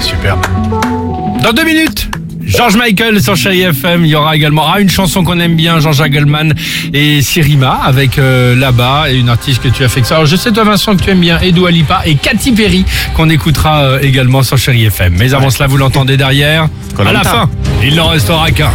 Super. Dans deux minutes George Michael sur Chéri FM, il y aura également ah, une chanson qu'on aime bien, Jean-Jacques Goldman et Sirima avec euh, là-bas et une artiste que tu as fait que ça. Alors je sais toi Vincent que tu aimes bien Edou Alipa et Katy Perry qu'on écoutera euh, également sur Chéri FM. Mais avant cela, vous l'entendez derrière. À la Koh-Lanta. fin, il n'en restera qu'un.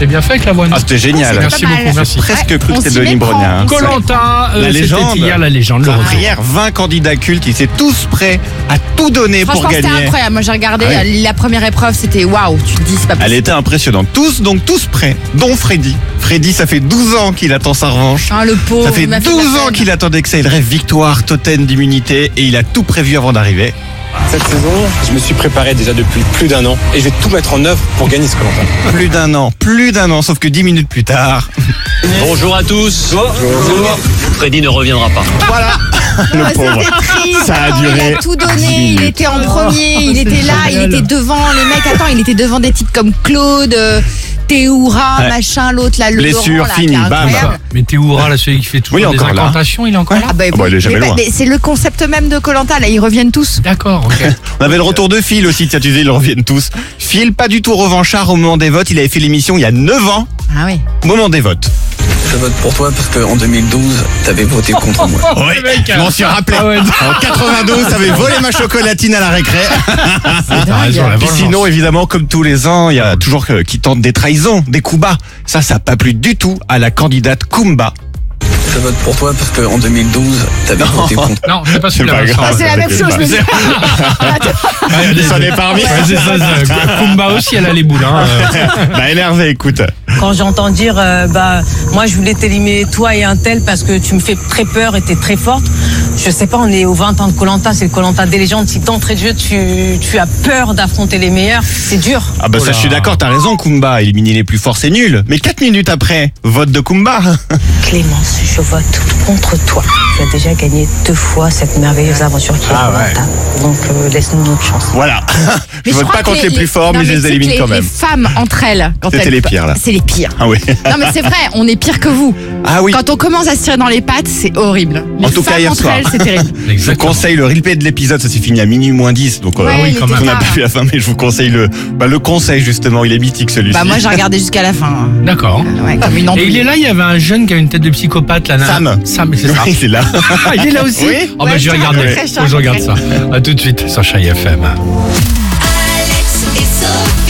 C'est bien fait avec la voix. non Ah, c'était génial. Merci pas mal. beaucoup, merci. Presque Ouais, cru on que c'était s'y Denis méprend. Brogna. hein. Colanta, euh, La légende. c'était hier la légende. le retour. Hier, 20 candidats cultes, ils étaient tous prêts à tout donner pour Franchement, c'était gagner. incroyable. Moi, j'ai regardé Ah euh, la première épreuve, c'était waouh, tu te dis, c'est pas Elle possible. était impressionnante. Tous, donc tous prêts, dont Freddy. Freddy, ça fait 12 ans qu'il attend sa revanche. Hein, le pauvre. Ça fait il m'a 12 de la ans peine. qu'il attendait que ça ait le rêve victoire, totem d'immunité, et il a tout prévu avant d'arriver. Cette saison, je me suis préparé déjà depuis plus d'un an et je vais tout mettre en œuvre pour gagner ce Colanta. Plus d'un an, plus d'un an, sauf que 10 minutes plus tard, Bonjour à tous. Freddy ne reviendra pas. le Ah, pauvre. c'était triste. Ça a Oh, duré Il a tout 10 donné. minutes. Il était en premier. il était là. Il génial. était devant les mecs. Attends, il était devant des titres comme Claude, euh, Théoura, Ouais. machin, l'autre là, le Blessure, Laurent, là, qui est fini, bam. incroyable. Mais Théoura, là, celui qui fait Oui, toujours des encore là. incantations, il est encore là. Ah bah, bah, il est mais jamais bah, loin. mais c'est le concept même de Colanta. Là, ils reviennent tous. D'accord, ok. On avait le retour de Phil aussi, tiens, tu disais, ils reviennent tous. Phil, pas du tout revanchard au moment des votes. Il avait fait l'émission il y a 9 ans, Ah oui. moment des votes. Je vote pour toi parce qu'en 2012, t'avais voté contre moi. Oui, le mec, hein. je m'en suis rappelé. Ah ouais. En 92, t'avais volé ma chocolatine à la récré. T'as raison, Ah, la Puis vengeance. sinon, évidemment, comme tous les ans, il y a toujours que- qui tentent des trahisons, des coups bas. Ça, ça n'a pas plu du tout à la candidate Kumba. Je vote pour toi parce qu'en 2012, t'avais voté contre Non, c'est pas celui-là. pas Vincent. grave. Ah, c'est la même t'inquiète chose. pas. Je me dis, Ça n'est parmi. Ouais, c'est ça, c'est- Kumba aussi, elle a les boules. Hein. euh. Bah, énervé, écoute. quand j'entends dire euh, bah moi je voulais t'éliminer toi et un tel parce que tu me fais très peur et t'es très forte. Je sais pas, on est aux 20 ans de Colanta, c'est le Colanta des légendes. Si d'entrée de jeu tu, tu as peur d'affronter les meilleurs, c'est dur. Ah, bah, Oh ça, là. je suis d'accord, t'as raison, Kumba. Éliminer les plus forts, c'est nul. Mais 4 minutes après, vote de Kumba. Clémence, je vote contre toi. Tu as déjà gagné deux fois cette merveilleuse aventure qui est Colanta. Donc euh, laisse-nous notre chance. Voilà. je Mais vote crois pas que contre les plus forts, non, mais je tu les sais que élimine quand même. Les femmes entre elles. quand C'était elles- les pires, là. C'est les pires. Ah oui. Non mais c'est vrai, on est pire que vous. Ah oui. Quand on commence à se tirer dans les pattes, c'est horrible. Les En tout cas, femmes hier entre soir. elles, c'est terrible. Je vous Euh, Exactement. conseille le replay de l'épisode, ça s'est fini à minuit moins 10, donc euh, Ouais, oui, il quand était même. on n'a tard. pas vu la fin, mais je vous conseille le, bah, le conseil justement, il est mythique celui-ci. Bah moi j'ai regardé jusqu'à la fin. hein. D'accord. Ouais, comme une Et il est là, il y avait un jeune qui a une tête de psychopathe, là. là. Sam. Ah, Sam, c'est ça. Oui, c'est là. Ah, il est là aussi Oui. Oh, bah, Ouais, je vais je te regarder. raconterai, je te Faut que Je regarde ça. À tout de suite sur Chéri FM. Alex et Sophie.